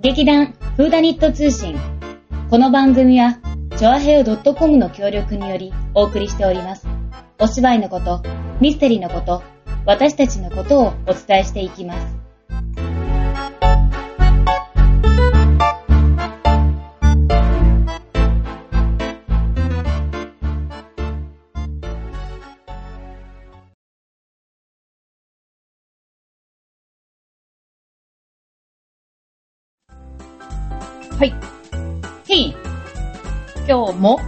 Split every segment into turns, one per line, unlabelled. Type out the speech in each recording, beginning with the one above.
劇団フーダニット通信。この番組は、チョアヘオ .com の協力によりお送りしております。お芝居のこと、ミステリーのこと、私たちのことをお伝えしていきます。
はい。へい。今日 もこ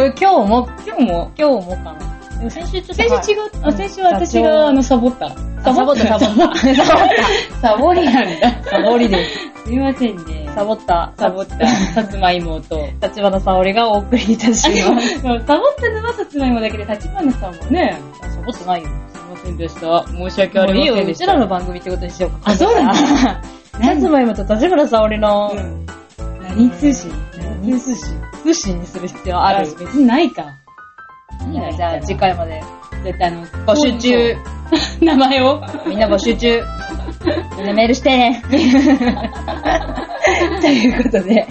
れ今日も、
今日も、
今日もかな。でも先週ちょっと。
先週違う、あ先週は私
ダチョウ
があの、サボった。
サボった、サボった。
サボりなんだ。
サボりです。
すみませんね。
サボった、
サボった、さつまいもと。
立花沙織がお送りいたし
あ、でも、
ま
サボったのはさつまいもだけで、立花さんもね、
す。サボってないよ。
すいませんでした。申し訳
も
あ
う
り
いい
ません
よ、う
でし
ち
た。
らの番組ってことにしようか。
あそうなん
だ。 さつまいもと立花沙織の、
うん何通信
何通信通信にする必要あ
あ
る
る。。別にないか。
いいなじゃあ次回まで。
絶対あの、
募集中。。
名前を。
みんな募集中。みんなメールして ね。ということで、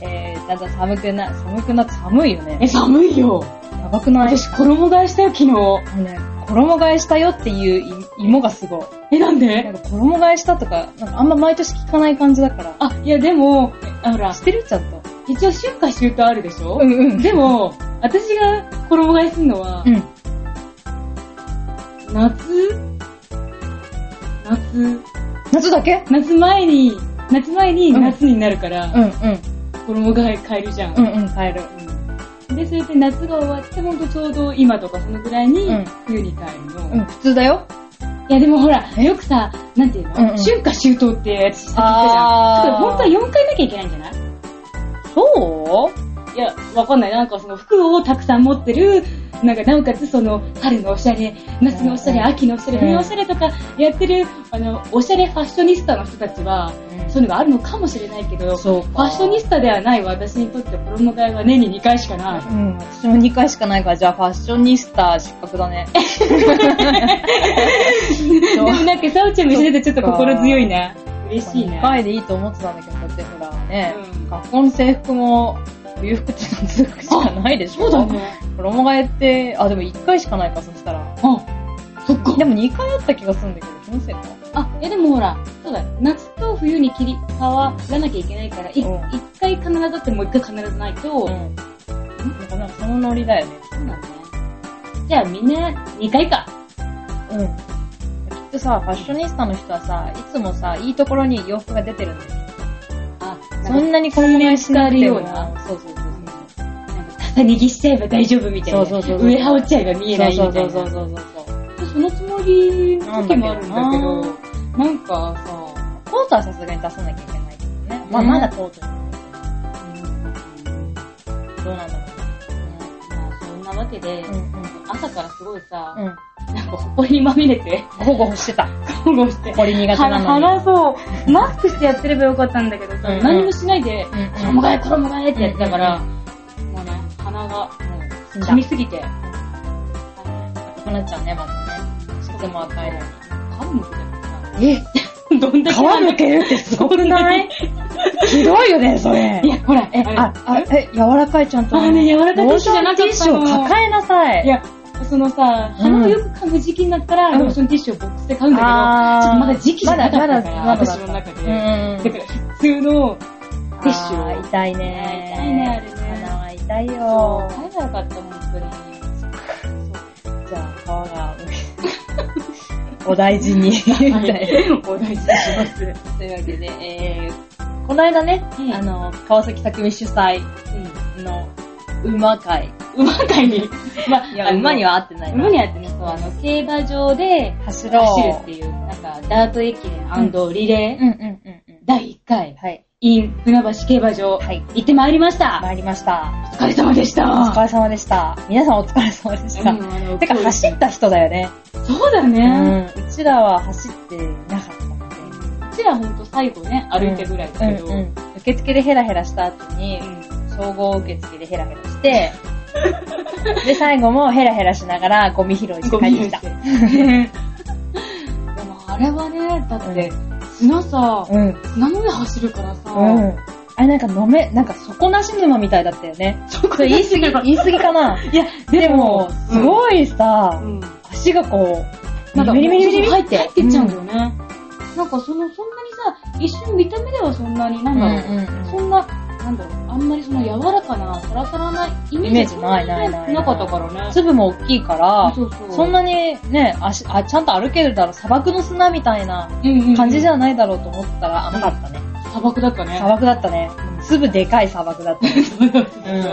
えー、だんだん寒くな、寒くなって寒いよ
え、
ね。
寒いよ。
やばくない
私、衣替えしたよ、昨日。
ね衣替えしたよっていうい芋がすごい。
え、なん
な
で
んか衣替えしたとか、なんかあんま毎年聞かない感じだから。
あ、いや、でも、あほら
あ、してるちゃんと。
一応、春夏秋冬あるでしょ
んうん。
でも、私が衣替えするのは
う、ん。
夏夏
夏だけ
夏前に、夏前に
うん
夏になるから、
うんうん。
衣替え変えるじゃん。
うんうん、買える。
で、それで夏が終わって、ほんとちょうど今とかそのぐらいに
うん
冬に変えるの。
うん、普通だよ。
いやでもほら、よくさ、なんていうの、
うんうん
春夏秋冬ってやつさっき言ったじゃん。
あ
だ
ー
から本当は4回なきゃいけないんじゃない
そう
いや、わかんない。なんかその服をたくさん持ってる、なんかなおかつその春のおしゃれ、夏のおしゃれ、
うんうん
秋のおしゃれ、
うん
冬のおしゃれとかやってる、あの、おしゃれファッショニスタの人たちは、そういうのがあるのかもしれないけど、フ
そうか。
ァッショニスタではない私にとって衣替えは年に2回しかない。
うん、私も2回しかないから、じゃあファッショニスタ失格 だね。
でもなんか、さおちゃんがしててちょっと心強いな。嬉しい
2
な。
回でいいと思ってたんだけど、だってほらね、
うん
学校の制服も、冬服って夏服しかないでしょ。
そうだ。ね。
衣替えって、あ、でも1回しかないか、そしたら。
あ、そっか。
でも2回あった気がするんだけど、気のせいか。
あ、いやでもほら、そうだ、夏と冬に切り替わらなきゃいけないから、い一、
うん
回必ずあってもう一回必ずないと、
ん。なんかなんかそのノリだよね。
そうなんだね。じゃあみんな、二回か。
うん。きっとさ、ファッショニスタの人はさ、いつもさ、いいところに洋服が出てるんだよ。
あ、
そん
な、
なに衣替えしなくて
通
も
年使えるような。
そうそうそうそう。
なんか、重ね着しちゃえば大丈夫みたいな。
そうそうそうそう
上羽織っちゃえば見えないみたいな。
そうそうそうそうそうそう。
そのつもりの時もあるんだけど、
なんだ
なんかさ、
コートはさすがに出さなきゃいけないけどね。まあ、
ね
まだコートにどうなんだろ
まあそんなわけで、
う。うんうん。
朝からすごいさ、
うん。
なんかほこりまみれて、
保護してた。
保護して。
誇り苦手なのに。
鼻そう、マスクしてやってればよかったんだけどさ、
うんうん
何もしないで、
うんうん
衣替え、衣替えってやってたから、
う
もうね、鼻が、もう、
死
噛
ん
み
だ。
すぎて、
赤くなっちゃうね、まずね。とても赤いの
皮むけた
に。え
よどんだけ
皮むけるってすごくないひどいよね、それ
いや、ほら、
え、
れ
あ、あ、え、柔らかいちゃんと。
あね柔らかいティッシュじゃなかったの
ローションティッシュを抱えなさい。
いや、そのさ、鼻をよく噛む時期になったら、
うん
ローションティッシュをボックスで買うんだけど、
あー、
ちょっとまだ時期じゃなかったから
まだまだまだ
私の中で
うんうんうん
だから普通のティッシ
あ
ュ
ー
を。
痛いね。
痛いねあれね
鼻は痛い
そう、
よ。
買えばよかった、本当に。
じゃあ、皮が、 お大事に。
お大事にします。
というわけで、えー、この間ね、
うん
あの、川崎匠主催
う
の馬会。
ん。馬会に。まあ
いや、馬に
は。
は合ってないな。
馬にはやってね、そう、あの、競馬場で
走ろう。
走るっていう、なんか、ダート駅伝リレー、
うんうんうんうん。
第1回、
はい。
in 船橋競馬場、
はい。
行ってまいりました。
参りました。
お疲れ様でした。
お疲れ様でした。皆さんお疲れ様でした。
うんあの
てか、走った人だよね。
そうだ
う
ね。
ん。うちらは走ってなかったので。
うちらほんと最後ね、歩いたぐらいだけど。
うんうん。受付でヘラヘラした後に、
う
総合受付でヘラヘラして、で、最後もヘラヘラしながらゴミ拾いして
ゴ
帰っ
ミ拾い
てき
したて。。でもあれはね、だって、皆さ、
うん。
生で走るからさ、
うん。あれなんか飲め、なんか底なし沼みたいだったよね。それ言い過ぎ、 言い過ぎかな
いや、
でも、
うん
すごいさ、
うん。
足がこう、
なんか、
メリメリメリメリ
入
入
っ
って。
て、入ってっちゃうんだよね。なんかその、そんなにさ、一瞬見た目ではそんなに、な
うんん。う
だろう、
んうん
そんな、なんだろう、あんまりその柔らかな、サラサラなイメージ
イメージない
そんに
ないない
なかったからね。
粒も大きいから、
そうそう。
そんなにね、足、あ、ちゃんと歩けるだろう、砂漠の砂みたいな感じじ
ゃ、
ゃないだろうと思ったら甘かったね。
砂漠だったね。
砂漠だったね。粒でかい砂漠だった。うん。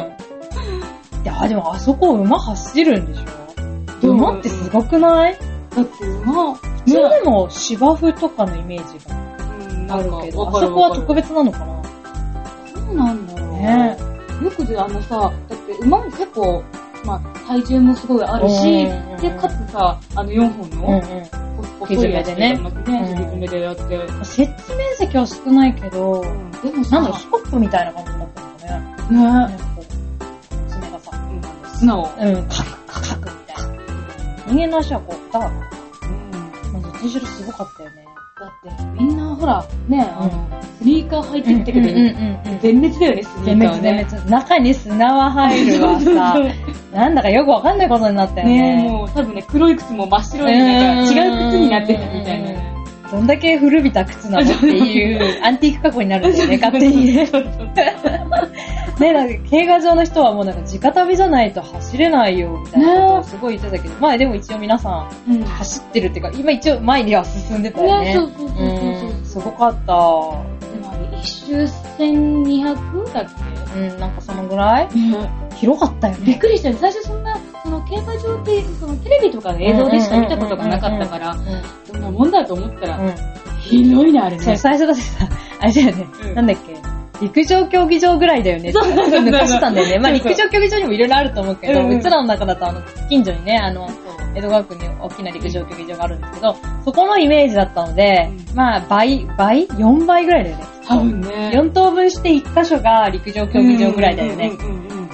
いや、でもあそこ馬走るんでしょ
うん
馬ってすごくない
だって、まあ、
普通でも芝生とかのイメージが
うん、な
あ
ん
る
か
けど、
わ
あ
かる
そこは
わか
特別なのかな
るそうなんだろう
ね
よくであのさ、だって馬も結構、まあ、体重もすごいあるし、
うん
で、かつさ、あの4本
うんう
の、
ん。
こ
蹄でね
細いやつで
うん
蹄でやって。で
設置面積は少ないけど、
もさ、
なんだろう、スコップみたいな感じだったのかね。な
ね
んかこう、爪がさ、
うん素直。
うん、カクカクカクみたいな。人間の足はこう、だか
う
ら、
ん
もうどっちにしろすごかったよね。
だって、みんなほら、ね、あの、スニーカー履いてってけど、
うん
全滅だよね、スニ
全
ーカーは
滅、
ね
全。滅。中に砂は入るわ
そ
さ
う、
なんだかよくわかんないことになったよ
ねえ、
ね。
もう多分ね、黒い靴も真っ白い、なんか違う靴になってるみたいなね。
どんだけ古びた靴なのっていう、 アンティーク加工になるんだよね、勝手にね。ね、なんか、競馬場の人はもうなんか、直旅じゃないと走れないよ、みたいなことをすごい言ってたけど、まあでも一応皆さん、
うんね
走ってるっていうか、今一応前には進んでたよね。
そうそうそうそう
うん、すごかった。
そう。でもあれ、一周1200だっ
うん、なんかそのぐらい
け
広かったよ
びっ
ね。
くりしたよね。最初そんな、その競馬場って、そのテレビとかの映像でしか見たことがなかったから、
う
どんなもんだと思ったら、
ん。
広いな、あれね。
そう、最初だってさ、 あれだよね、
うん
なんだっけ、陸上競技場ぐらいだよね。
そうそうそうそう
昔したんだよね。まあ
そうそう
陸上競技場にもいろいろあると思うけ
う
ど、
んうん
うちらの中だとあの、近所にね、あの、
そう
江戸川区に大きな陸上競技場があるんですけど、そこのイメージだったので、
うん
まあ倍、倍 ?4 倍ぐらいだよね。
多分ね。
4等分して1箇所が陸上競技場ぐらいだよね。
うんうんうんうん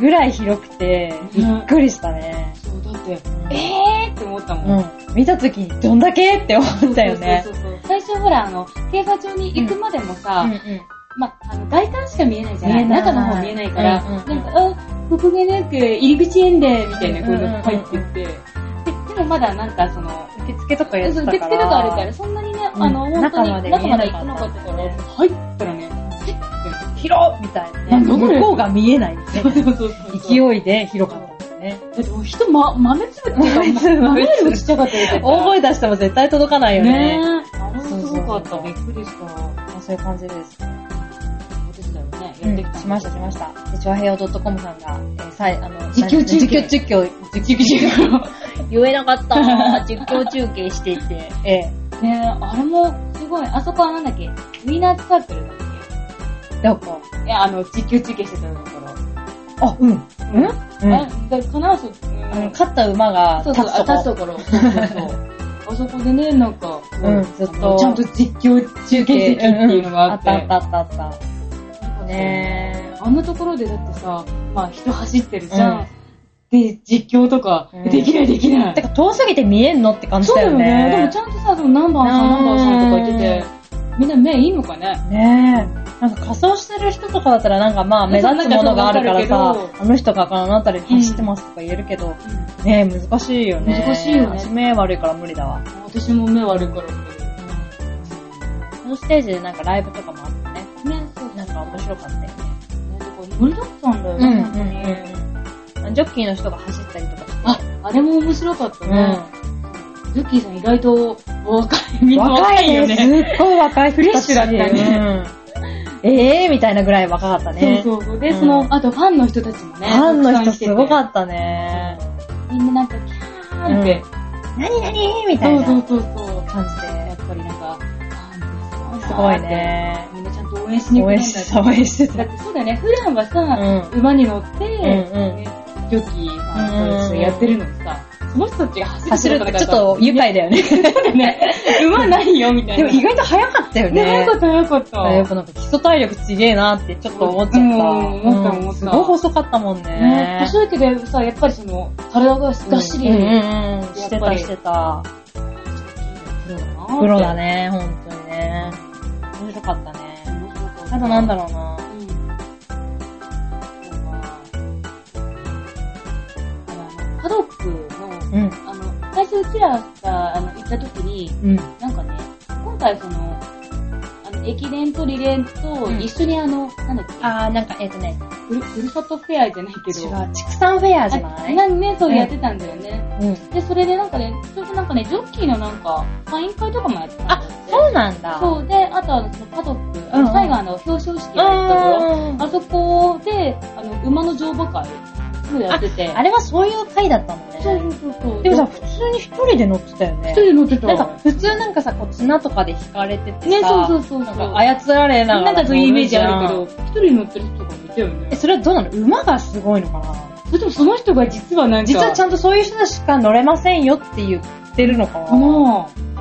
ぐらい広くて、びっくりしたね。
そう、だって、
うん
えーって思ったもん。
うん。見た時にどんだけって思ったよね
そ。うそうそうそう最初ほら、あの、競馬場に行くまでもさ、
うんうん
ま、あの、外観しか見えないじゃな
見
い
えない
中の方見えないから、
うんうんうん
なんか、あ、ここがなんか、入り口園で、みたいなこういうのが入ってって、で、でもまだなんかその、
受付とかや
受
ってたから。
付とかあるから、そんなにね、
うん
あの、本当
中
に
まで
中
見え
ま
な
で
か
行
った
かなかったから、入ったらね、えっ
広っみたいな、ね。
なんだこれ
向こうが見えない、ね。
て。 そうそうそうそう。
勢いで広かったんですね。
だってもう人ま、豆粒っていうか、
豆粒
豆粒ちっちゃかったよ。
大声出しても絶対届かないよね。
ねえ。あれすごかった。びっくりした。
まあそういう感じです。
お手伝いをね、
う
やっ
ん
てきた。
しました、しました。で、ちょへいお .com さんが、えー、さい、あの、
実況中継
実況中継、実況中 継。言えなかった実況中継していて。 ええ
ねあれもすごい、あそこはなんだっけ、ウィナーズサークルだっ
どこ
けいや、あの、実況中継してたところ。
あ、うん。う
う
ん
ん
うん
あ、だから、そう、
あの勝った馬が
そう
立
そう、
つと
立つこ
こと
ろ。そうそうそう。あそこでね、なんか、
うんずっと
あのちゃんと実況中継席っていうのがあって。
あったあったあったあっ
あ
た。ね
あんなところでだってさ、まあ人走ってるじゃん。
うん
で、実況とか、
うん
できないできな
え。
い
て。か遠すぎて見えんのって感じ
そう
だ
だよ
よ
ね。でも
ね
ち。ゃんとさ、そのナンバーさん、ナンバーさんとか言ってて、みんな目いいのかね
ねえ。なんか仮装してる人とかだったらなんかまあ目立つものがあるか
な
ら
んか
さ
そうわかるけ、
あの人があの辺り走ってますとか言えるけど、ねえ、難しいよね。
難しいよね
足目悪いから無理だわ。
私も目悪いから。
そのステージでなんかライブとかもあってね、
ね、そう
なんか面白かったよね。
ね。だから盛りだくさんだよ
うん
ね、本当
う
に。
んうん。ジョッキーの人が走ったりとかして。
あ、あれも面白かったね。
う
ズッキーさん意外とお若い、みんな若いよね。
ね。すっごい若いフレッシュだった
フレッシュ
ね。うんええみたいなぐらい若かったね。
そうそうそう。で、
うん
その、あとファンの人たちもね。
ファンの人すごか
っ
ったね。
た。みんななんか、キャーって。
何何みたい
そう
な
そうそうそう。
感じで。
やっぱりなんか、あ
すごい。ね。
みんなちゃんと応援しに行
応
く
援
ん
して
だ
た、応援して
だ
た。
ってそうだよね、普段はさ、
う
馬に乗って、
ん。うんうん。
ねジョッキーさんと一緒にやってるのにさ、その人たちが走
走
る
る
と
と
か
ちょっと愉快だよね。
ね、 馬ないよみたい
で
な。
も意外と早かったよね。
ね、よかったよかった。
あやっぱなんか基礎体力ちげえなってちょっと思っちゃった。
うん思った思った
うんすごい細かったも
ね、
んね。
細いけどさ、やっぱりその、体ががっしり、
うんう
いい
んうんしてたしてた。
プロだな。
プロだね、本当にね。ね。面白かったね。
面白かった
あとなんだろうな。
うん。パドックの、
うん。
あの、最初うちらがあの行った時に、
うん。
なんかね、今回その、あの、駅伝とリレーと
うん
一緒にあの、なんだっけ、
あー、なんか、えっ、とね、
ふる、ふるさとフェアじゃないけ
違
ど、
う、畜産フェアじゃな
あ
い
なんね、そうやってたんだよね。
うん。
で、それでなんかね、ちょうどなんかね、ジョッキーのなんか、サイン会とかもやってたんだって
そうなんだ。う。
そう、で、あとあの、そのパドック、
うんうん
最後あの、表彰式やったよ。
あ
あそこで、あの、馬の乗馬会をやってて。
あれはそういう回だったのね。
そうそうそうそう。
でもさ、普通に一人で乗ってたよね
一。人で乗ってた。
なんか、普通なんかさ、こう、綱とかで引かれててさ、
ね、そうそうそう。
なんか操られながら。
なんかそういうイメージあるけど、。一人で乗ってる人とかもいたよ
え、
ね。
それはどうなの馬がすごいのかな
それともその人が実はなんか、
実はち
ゃん
ゃんとそういう人しか乗れませんよって言ってるのか
か
な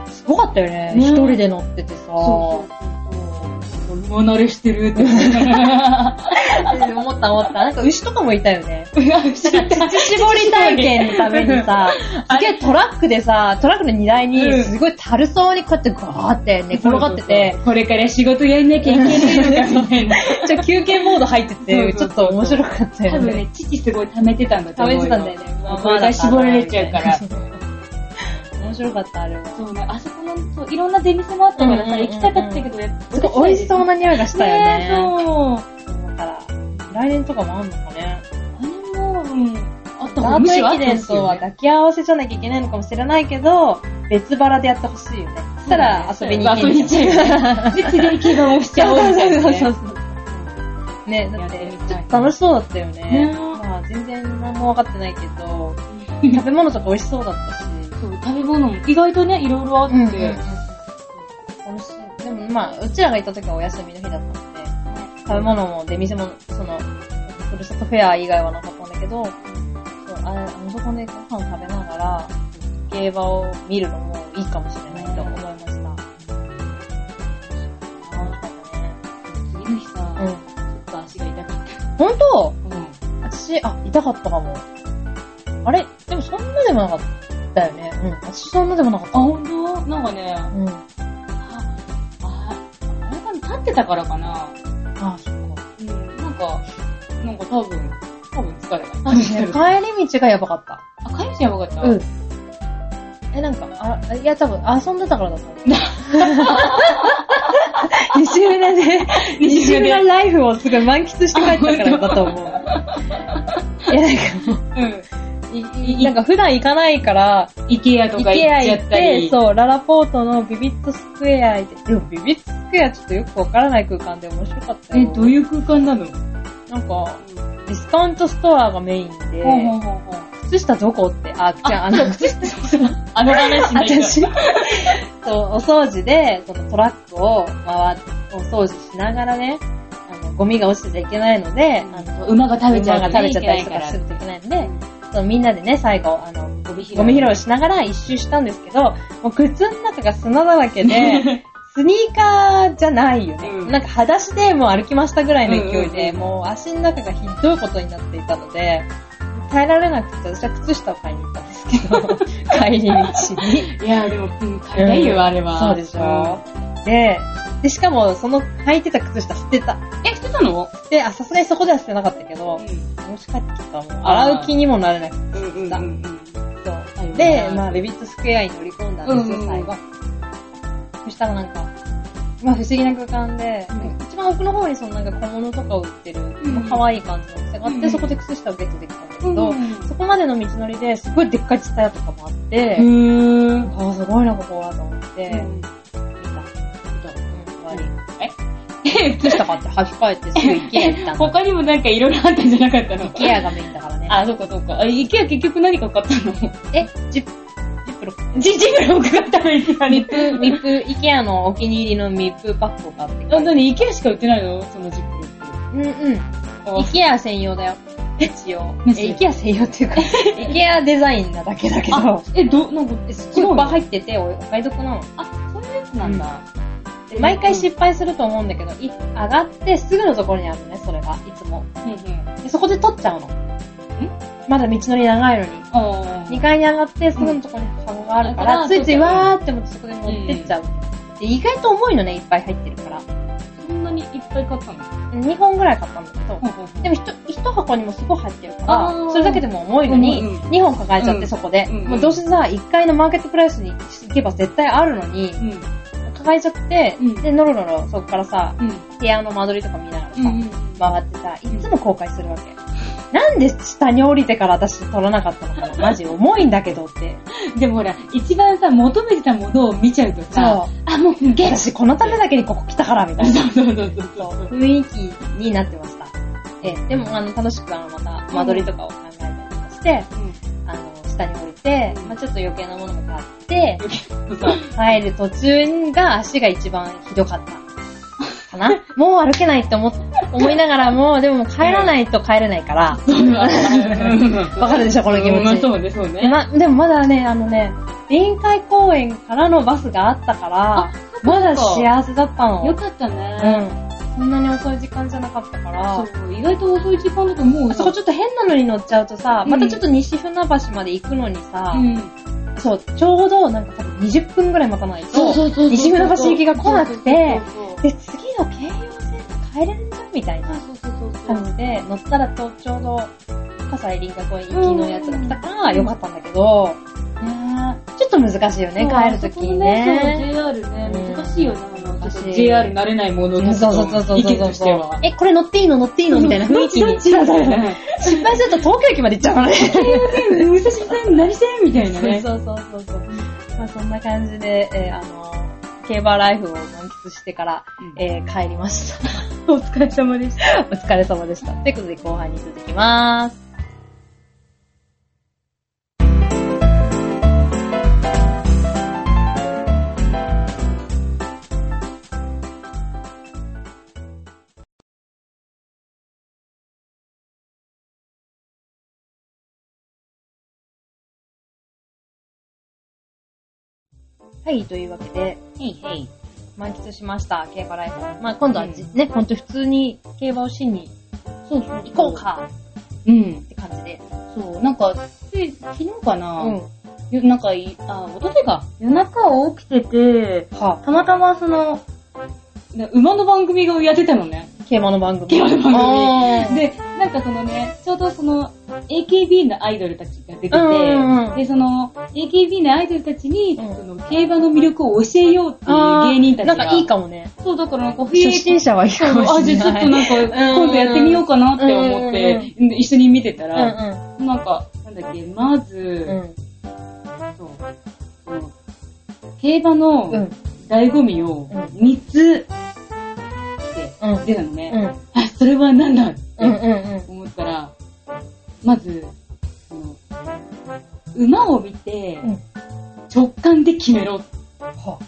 な
すごかったよね。
ね
一人で乗っててさ。
そうそうそう。馬慣れしてる って。知
思った思った。なんか牛とかもいたよ ね。
りたい。
乳搾り体験のためにさ、 すげえトラックでさ、トラックの荷台
うん
に、すごいたるそうにこうやってガーって寝転がって
そうそう
て、
そう。これから仕事やんなきゃいけないのかみたいな。
ちょっと休憩モード入ってて、ち
そうそうそ
ょっ
う
と面白かった
多
よ
分
ね。
ね、父すごい貯めてたんだと
食
思うよ。
べてたんだよね。
これから絞られちゃうから。
面白かった、あれは。
そうね、あそこもそういろんな出店もあったから
うんう
さ、
んうんうん
行きたかったけど、やっ
すごい美味しそうな匂いがしたよ
ねえ
ね。
そう。
だから、来年とかもあんのかね。
あれも、うん、あったも
ダー
ん、むしろ
ト
あったん
駅
で
伝
す
と
よ
は
ね。
抱き合わせじゃなきゃいけないのかもしれないけど、別腹でやってほしいよね。そしたら遊びに行け
そう遊
る
びに行け るね。で、釣り競馬もしちゃおうみたいなね。
そうそうそうそう。ね、だ
や
っ
ってみ
て、
たい。
楽しそうだったよね。
ね
まあ、全然何も分かってないけど、食べ物とか美味しそうだったし。
そう、食べ物も意外とね、いろいろあって。
うん楽しい。でもまあ、うちらが行った時はお休みの日だったので、食べ物も出店も、その、ふるさとフェア以外はなかったんだけど、そうあれ、あのそこでご飯食べながら、競馬を見るのもいいかもしれないと思いました。楽しかったね。
次の日さ、
う
ち
ん。
ょっと足が痛かっ
本当
た。うん。
私、あ、痛かったかも。あれでもそんなでもなかったよね。うん。私そんなでもなかっ
あ、ほんとなんかね、
た。うん。
あ、あ、あれかな、立ってたからかな。
あ、そっか。
うん、なんか、なんか多分、多分疲れた。
あ、ね、帰り道がやばかった。
あ、かゆちゃんやばかった。
うん。え、なんか、あ、いや、多分、遊んでたから だと思う。西村で、西村ライフをすごい満喫して帰ったからだと思う。 いや、
うん。
なんか、いなんか普段行かないから、
イケアと
イ
か
ケ
行
ア
っちゃ
行
っ
った
り。
て、そう、ララポートのビビットスクエア行って、でもビビットスクエアちょっとよくわからない空間で面白かったよ。
え、どういう空間なの
なんか、ディスカウントストアがメインで、
ほうほうほうほう。
靴下どこって、あ、じゃあ、あの、靴下、
あの話になっ
私、そう、お掃除で、そのトラックを回って、お掃除しながらね、あの、ゴミが落ちてちゃいけないので、あの、
馬が食べちゃう
馬が食べちゃったりとかするといけないので、そのみんなでね、最後、あの、
ゴミ拾い。
ゴミ拾いしながら一周したんですけど、もう靴の中が砂だら けで、スニーカーじゃないよね。
うん
なんか裸足でもう歩きましたぐらいの勢いで、
うんうんうん
もう足の中がひどいことになっていたので、耐えられなくて、私は靴下を買いに行ったんです けど、帰り道に。
いや、でも、うん、高いよ、あれは。
そうでしょ。で、で、しかもその履いてた靴下捨てた。
うん。え、捨てたの
で、あ、さすがにそこでは捨てなかったけ
う
ど、もし帰ってきたらもう洗う気にもなれなくて。
ん。うん、うん、
そう
うん。
で、まあ、
あ、
ベビットスクエアに乗り込んだんです
うんうん
よ、最後。そしたらなんか、まあ、不思議な空間で、
うん
一番奥の方にそのなんか小物とかを売ってる、
ん
まあ可愛い感じのお店があって、
うんうん
そこで靴下をゲットできたんだけ
う
ど、
ん。
そこまでの道のりですごいでっかいツタヤとかもあって、
ーん。
ああ、すごいな、ここは、と思って、
え
見た。うん、終わり。
え、
靴下買って履き替えて、すぐイケア行ったんだ。
他にもなんかいろいろあったんじゃなかったの
イケアがメインだからね。
あ、そっかそっか。あ、イケア結局何か買ったの
え、ジップ、ジップロック
ジジブロを買ったの、いきなり
ミ。ップ、ミップ、イケアのお気に入りのミップパックを買ってきた。
本当にイケアしか売ってないのそのジップロッ
うんうん。
ク。
イケア専用だよ。一応。
マジ
え、イケア専用っていうか、 イケアデザインなだけだけど、
え、ど、なんか、え、
すごいいっぱい入ってて、おお買い得なの。
あ、そういうやつなんだ。
で毎回失敗すると思うんだけど、い上がってすぐのところにあるのね、それが、いつも。
うんうん。
で、そこで取っちゃうの。まだ道のり長いのに。
あー
2階に上がってすぐのところにカゴがあるか
う
ら、
ん
ついついわーって思ってそこで持ってっちゃう。で意外と重いのね、いっぱい入ってるから。
そんなにいっぱい買ったの
2本ぐらい買ったんだけど、でも 1, 箱にもすごい入ってるか
あー
ら、それだけでも重いのに、
うんうん
2本抱えちゃっ
うん
てそこで、
うんうん
もうどうせさ、1階のマーケットプライスに行けば絶対あるのに、
うん。
抱えちゃって、
うん
で、のろのろそこからさ、
うん。
部屋の間取りとか見ながらさ、
うん。
回ってさ、いつも後悔するわけ。なんで下に降りてから私取らなかったのかなマジ重いんだけどって。
でもほら、一番さ、求めてたものを見ちゃうとさ、
う。
あ、もうゲッ
私このためだけにここ来たから、みた いな。
そうそうそうそう。
雰囲気になってました。ええ、でも、あの、楽しく、あの、また、間取りとかを考えたりとかして、あの、下に降りて、まあちょっと余計なものも買って、
うん。そう。
帰る途中が足が一番ひどかった。かな もう歩けないって思っ思いながらも、でも帰らないと帰れないから、わかるでしょ、この気持
うん
ち。
そうね、そう
で
ね。
ま、でもまだね、あのね、臨海公園からのバスがあったから
あ、
まだ幸せだったの。
よかった
う
ね。
ん。そんなに遅い時間じゃなかったから、
そう、意外と遅い時間だと思うよ。
あそこちょっと変なのに乗っちゃうとさ、
うん
またちょっと西船橋まで行くのにさ、
うん。
そう、ちょうどなんか多分20分ぐらい待たないと、
うそう
西船橋行きが来なくて
そうそうそう
で、次の京葉線帰れんじゃんみたいな
そうそうそうそう
感じで、乗ったらとちょうど、葛西臨海公園行きのやつが来たから、
うん
よかったんだけど、いやーちょっと難しいよね、帰るときにね。
そうそう JR ね、難しいよね。あのちょっと
難しい
JR 慣れないもの
そう
の
そうそうそう
意見
そ
と
う
しては。
え、これ乗っていいの乗っていいのみたいな雰囲気に。
どっちどっちだね。
失敗すると東京駅まで行っちゃうからね。
武蔵線何線みたいなね。
そうそうそうそう。 まあそんな感じで、えーあのー、競馬ライフを満喫してから、
うん
えー帰りました。
お疲れ様でした。
お疲れ様でした。ということで後半に続きます。はい、というわけで、
へいへい。
満喫しました、競馬ライフ。まあ今度はじ、ね、ほんと普通に競馬をしに
そうそう。
行こう。か
うん
っ。て感じで。
そう。なんか、つい昨日かな、
うん。
よなんかい、あ、おとといか。夜中起きてて、
は
たまたまその、
な馬の番組がやってたのね。
あ、競馬の番組。
競馬の番組
あー
で、なんかそのね、ちょうどその、AKB のアイドルたちが出てて、
うんうん
で、その、AKB のアイドルたちに、
うん
その、競馬の魅力を教えようっていう
あー
芸人たち
な
が。
んかいいかもね。
そう、だからなんか、
初心者はいいかも
あ、
し
じ
れ
ゃあちょっ
ない。
となんか、今度やってみようかなって思って、一緒に見てたら、
う
なんか、なんだっけ、ま
んうん。
ず、
うん。
そうその競馬
う
の
ん。
醍醐味を
うん
3つ
うん。
って出たのね、
うん。
あ、それは何だっ
うん。うん。
て
うん。
思ったら、まず、その馬を見て
うん、
直感で決めろ。
は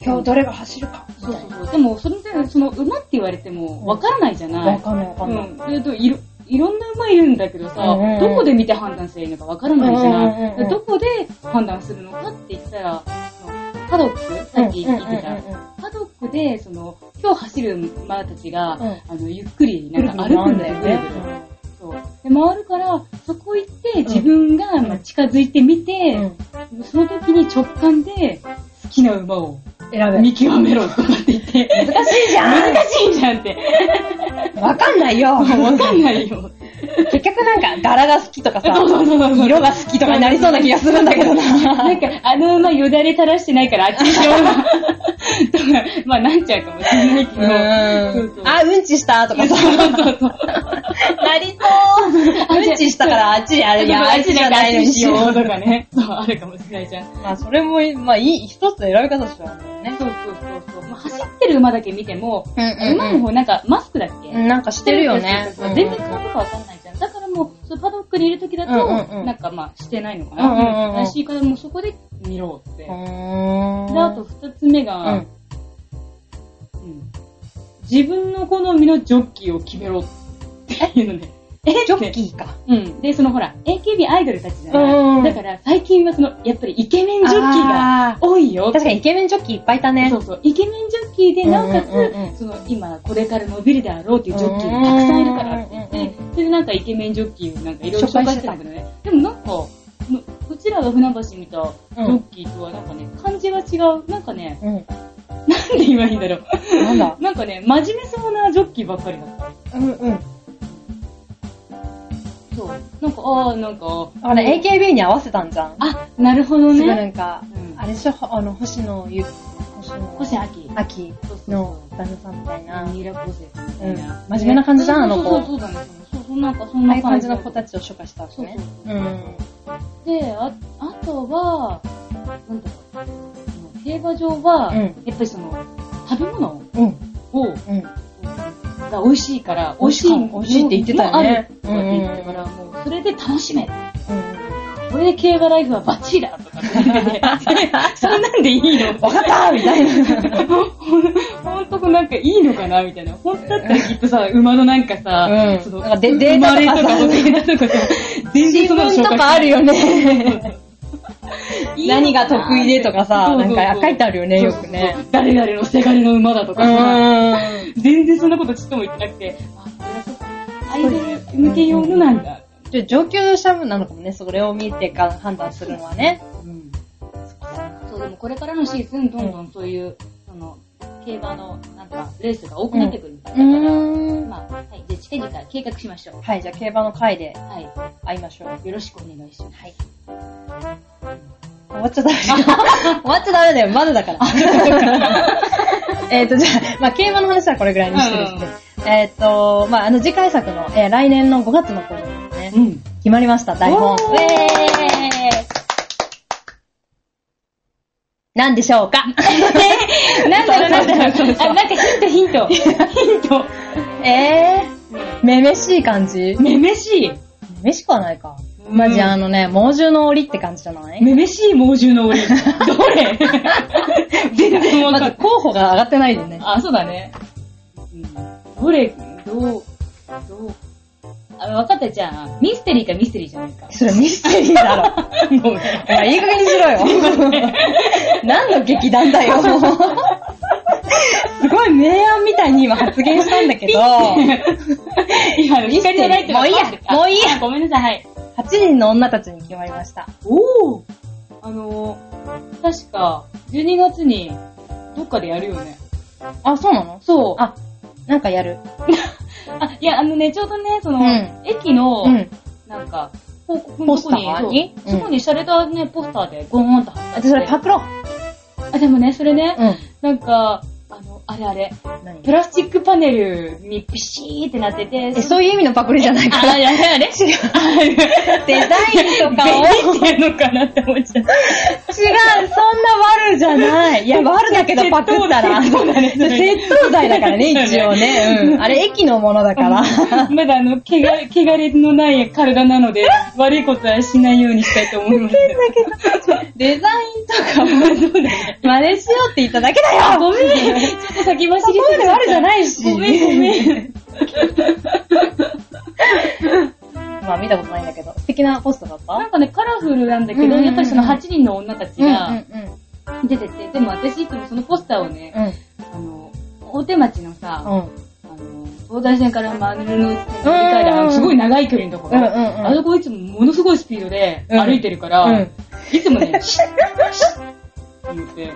今日どれが走るか。
そうそうそう。でも、それで、その馬って言われても、わからないじゃない。
わかんないわか
うん
ない。
ん。えっと、いろ、いろんな馬いるんだけどさ、
うんうんうん
どこで見て判断すればいいのかわからないじゃない、
うんうんうんうん
どこで判断するのかって言ったら、そのパドックさっき言ってた、パドックで、その、今日走る馬たちが、
うん
あの、ゆっくり、なんか歩くんだよね。そう。で、回るから、そこ行って、自分が、まあ、近づいてみ
う
て、
ん。
その時に直感で、好きな馬を
選べ。
見極めろとかって言って、
難しいじゃ
難しいじゃんって。
んわかんないよ
わかんないよ。
結局なんか柄が好きと かさ、色
色
が好きとかになりそうな気がするんだけどな。
なんか、あの馬よだれ垂らしてないから、あっちにしよう。とか、まあ、なっちゃうかもしれないけど。そうそう
あ、うんちしたとかさ。
そうそう。
なりそう。うんちしたからあっちにあれや、あっちじゃないのにしよ
あっちに
う。
しようとかね。そう、あるかもしれないじゃん。
まあそれも、まあいい、一つの選び方しちゃうんだよね。
そうそうそうそう。まあ、走ってる馬だけ見ても、
う
馬の方なんかマスクだっけ、
うんなんかしてるよね。
そうそう全然顔とかわかんないじゃん。だからもう、そのパドックにいる時だと、
うんうんうん
なんかまあ、してないのか
うんうんうん
な。怪しいからもうそこで見ろって。
う
で、
ん。
あと二つ目
う
が、
ん。
うん自分の好みのジョッキーを決めろっていうので。え
ジョッキーか。
うん。で、そのほら、AKB アイドルたちじゃ
うんうん
ない。だから最近はその、やっぱりイケメンジョッキーが
あー
多いよ。
確かにイケメンジョッキーいっぱいいたね
そ。うそう。イケメンジョッキーで、なおかつ、
うんうんうんうん
その、今、これから伸びるであろうっていうジョッキーがたくさんいるからって言って、
うんうん
それでなんかイケメンジョッキーをなんかいろいろ紹介してたんだけどね。でもなんか、こうちらが船橋見たジョッキーとはなんかね、感じが違う。なんかね、
うん。
なんで言えばいいんだろう。
なんだ
なんかね、真面目そうなジョッキーばっかりだった。
うんうん。
そう。なんか、ああ、なんか、
あれ、AKB に合わせたんじゃん。
あ、なるほど
すごい
ね。
なんか、
うん
あれでしょ、あの、星野ゆ、星野、
星秋。
秋
そうそう
の旦那さんみたいな、
ミイラ構成
うん真面目な感じじゃん、あの子。
そう
あ
そうそうそうだね。そうそう、なんかそん
あい
な
う感じの
の
子たちを紹介したわけ
そうそう
ね。。
そううんで、あ、あとは、なんだろう。その競馬場は、
うん
やっぱりその、食べ物
うん。
を、
うん。
が美味しいから、
美味しい
の
美味しいって言ってたよね
のあるとかって言ってたから、もう、それで楽しめ。
うん。
これで競馬ライフはバッチリだとかって言 っててそんなんでいいの
わかったみたいな。
ほんとこなんかいいのかなみたいな。ほんとだったらきっとさ、馬のなんかさ、
うん
その
なんかデデータとかさ
生まれとかデータとかさ、全然
新
そんなの
聞
紹
と
介
かあるよね。
いいのかな
何が得意でとかさ、
そう
な
そ
ん
うそう
か書いてあるよね、よくね
そうそう。そう誰々のせがれの馬だと
う
かさ、
ん。
全然そんなことちっとも言ってなくて、あ、これはそっか、アイドル向け用のなんだ。
じゃあ上級者分なのかもね、それを見てから判断するのはね。
うんそう、でもこれからのシーズン、どんどんそういう、その、競馬の、なんか、レースが多くなってくるみたいだから、
ん。
まあ、はい、じゃあ近々計画しましょう。
はい、じゃあ競馬の回で
は
会いましょう。
い、よろしくお願いします。はい。
終わっちゃダメだよ。終わっちゃダメだよ。まだだから。えっと、じゃあ、まあ、競馬の話はこれぐらいにしてですね。えっと、まあ、あの、次回作の、えー来年の5月の頃ですね。
ん。
決まりました、台本。
おー
ウェーイなんでしょうか
なんだろう、なんだろう。あ、なんかヒント、ヒント。ヒント。
えー、めめしい感じ
めめしい。
めめしくはないか。
うん
マジあのね、猛獣の檻って感じじゃない
めめしい猛獣の 檻。どれ全然わ
ま
か
ず
る。
候補が上がってないよね。
あ、そうだね。うんどれ、どう、どう。あ、わかったじゃん。ミステリーかミステリーじゃないか。
それミステリーだろ。
ごめん。
お前 いい加減にしろよ。 何の劇団だよ。すごい明暗みたいに今発言したんだ けど、
いや、あの
ミステ
光
リー
のライトが
もういいや
パッて
もういいや
あごめんなさい、はい。
8人の女たちに決まりました。
おおあのー、確か、12月に、どっかでやるよね。
あ、そうなの
そう。
あ、なんかやる。
あ、いや、あのね、ちょうどね、その、
うん
駅の、
うん。
なんか、広告
ポ
の
ス
と
タ
こに、
ーに
そうそこに洒落たね、ポスターでゴーンと貼ってあって
私それパクろう。
あ、でもね、それね、
うん。
なんか、あの、あれあれ、
何
プラスチックパネルにピシーってなってて、
え、そういう意味のパクリじゃない
あ
か
あれあれあれ違う。
デザインとかを。違
便
う、
利っていうのかなって思っちゃった。
そんな悪じゃない。いや、悪だけどパクったら。
窃盗だねそれ
窃盗罪だからね、一応ね。うん。あれ、駅のものだから。
まだあの、けが、汚れのない体なの で、悪いことはしないようにしたいと思います。
デザインとかも、真似しようって言っただけだよ
ごめん、ちょっと先走り
そういうの悪じゃ
い
ないし。
ごめんごめん。
まあ見たことないんだけど、素敵なポストだった
なんかね、カラフルなんだけ
うんうん
ど、
うん
やっぱりその8人の女たちが
うん
出てて、でも私いつもそのポスターをね、
うん。
あの、大手町の
う
さ、
ん。
あの、東大線から丸の内線に乗り換えるあのすごい長い距離のとこ
うんうん
ろ。あそこいつもものすごいスピードで
うん
歩いてるか
う
ら
ん、。
いつも ね、シッ、シッって言って、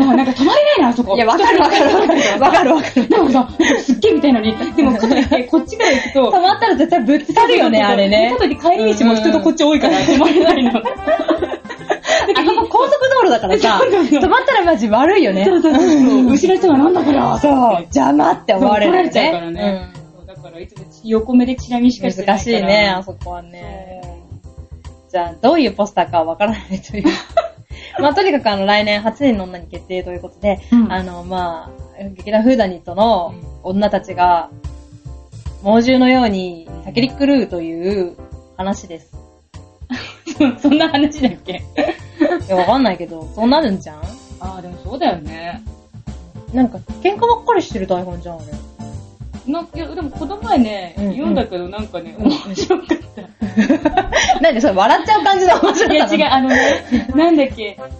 あなんか止まれないな、あそこ。
いや、わかるわ かるわかる。わかるわかる。
なんかさ、すっげえみたいなの に、でも、かといって、こっちから行く
溜
と、
まったら絶対ぶつかるよね、あれね
か。といって帰り道も人とこっち多いから、止まれ ないの。
あそこ高速道路だからさ、
そうそうそう
止まったらマジ悪いよね。
そうそうそう。後ろの人がなんだこれは
そう、邪魔って思われる
怒ら
よね。
れちゃうからね
うん。
そうだから、いつも横目でチラ見しかしてな
難
い
し
か
い
ら。
ね、あそこはね。じゃあ、どういうポスターかはわからないと いう。まあ、とにかくあの、来年8人の女に決定ということで、
うん
あの、まあ、劇団フーダニットの
うん
女たちが、猛獣のように叫び狂うという話です。
そう。そんな話だっけ
いや、わかんないけど、そうなるんじゃん
ああ、でもそうだよね。
なんか、喧嘩ばっかりしてる台本じゃん、あれ。
なんか、いや、でもこの前ね、
うんうん
読んだけどなんかね、面白かった。
なんでそれ笑っちゃう感じで面白
い
か
や
った の
違う、あのね、なんだっけ、あの、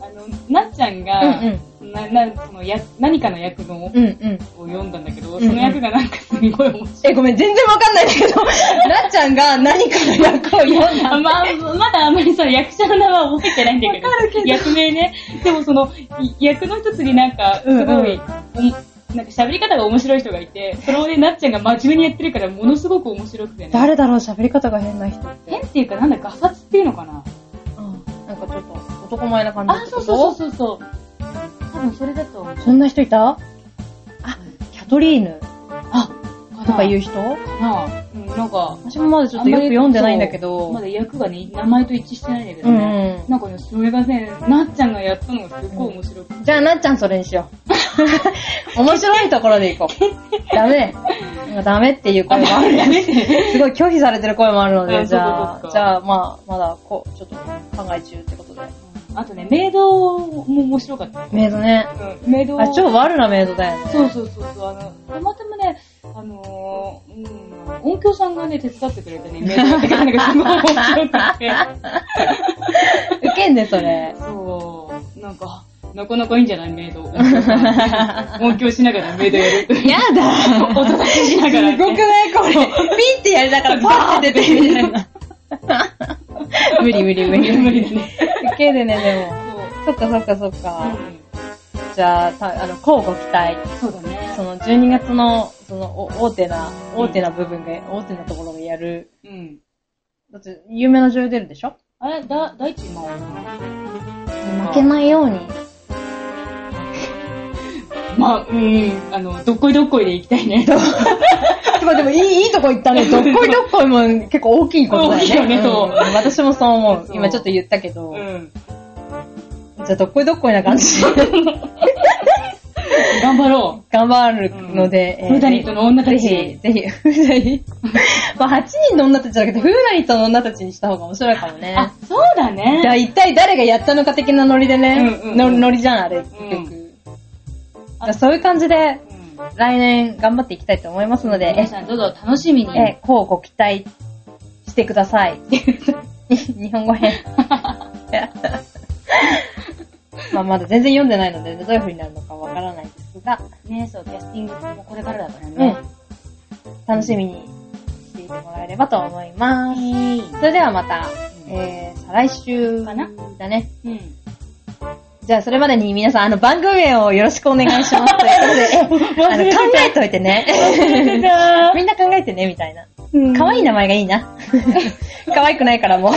なっちゃんが、
うんうん。
そのななそのや何かの役のを
うんうん。
読んだんだけど、
んうん
その役がなんかすごい面白い。
え、ごめん、全然わかんないん だけど、なっちゃんが何かの役を読んだ。
あまあ、まだあんまりその役者の名は覚えてないんだけど。役名ね。でもその、い役の一つになんか、すごい、
うんうん
おもなんか喋り方が面白い人がいて、それをね、なっちゃんが真面目にやってるから、ものすごく面白くてね。
誰だろう、喋り方が変な人。
変っていうか、なんだ、ガサツっていうのかな。
なんかちょっと男前な感じ
あ、そうそうそうそう。多分それだと思う。
そんな人いたあ、キャトリーヌ
あ、
とかいう人
かな。うん、なんか、
私もまだちょっとよく読んでないんだけ
ま
ど。
だ役がね、名前と一致してないんだけ
う
どね。
んうん。
なんかね、それがね、なっちゃんがやったのがすっごい面白くて。
じゃあ、なっちゃんそれにしよう。 面白いところでいこう。ダメ。なんかダメっていう声もある。 すごい拒否されてる声もあるの
う
で、
ん
じ
そ
ゃ
うかそうか
あ、じゃあ、まあ、まだ、こう、ちょっと考え中ってことで。
あとね、メイドも面白かった。
メイドね。
うん、メイド
あ、超悪なメイドだよね。
そうそうそうそう、あの、たまたまね、あのー、うん、音響さんがね、手伝ってくれてね、メイドやってくれたんだけど、すごい面白くて。
ウケんね、それ。
そう、なんか、なかなかいいんじゃないメイド。音響しながらメイドやる。
やだ
音出ししながら、
すごく
ね。
ないこれ。ピッてやりながらパーって出てみたいな。 無理無理無理
無理だね。
受けるね、でも。
そう
そっかそっかそっか。
う
じゃあ、たあの、交互期待。
んそうだね。
その、12月の、その、お大手な、大手な部分が、大手なところがやる。
うん。
だって、有名な女優出るでしょ
あれ、だ、大地真央かな
負けないように。
まあ、うん、あの、どっこいどっこいで行きたいね。
まあでも、いい、いいとこ行ったね。どっこいどっこいも結構大きいことだよね。
大きいよねそうん
私もそう思う。
そう
今ちょっと言ったけど。
うん。
じゃあ、どっこいどっこいな感じ。
頑張ろ
頑張るので、
う。フーダニットの女た
ぜ
ち。
ひ、ぜひ、フー ダニット。まあ、8人の女たちだけど、フーダニットの女たちにした方が面白いかもね。
あ、そうだ
じゃあ
ね。
一体誰がやったのか的なノリでね、
うんうんうん
のノリじゃん、あれ、結局。
うん
じゃあそういう感じで、
うん
来年頑張っていきたいと思いますので、
皆さんどうぞ楽しみに。
え、こうご期待してください。 日本 語編。まあまだ全然読んでないので、ね、どういう風になるのかわからないですが、
ね、そう、キャスティングもこれからだから
う
ね。
ん。楽しみにしていてもらえればと思います。
えい。
それではまた、えー、再来週
かな
だね。
うん。
じゃあそれまでに皆さん、あの、番組名をよろしくお願いします。ということで、えあの、考えといてね。 みんな考えてね、みたいな。可愛い名前がいいな。 可愛くないから もう。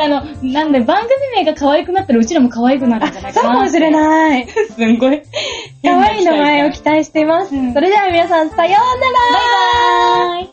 あの、なんで番組名が可愛くなったらうちらも可愛くなるんじゃない
そう
かな。
かもしれ
い。
ない。
すんごい。
可愛い名前を期待しています。
うん
それでは皆さん、さようなら
バイバーイ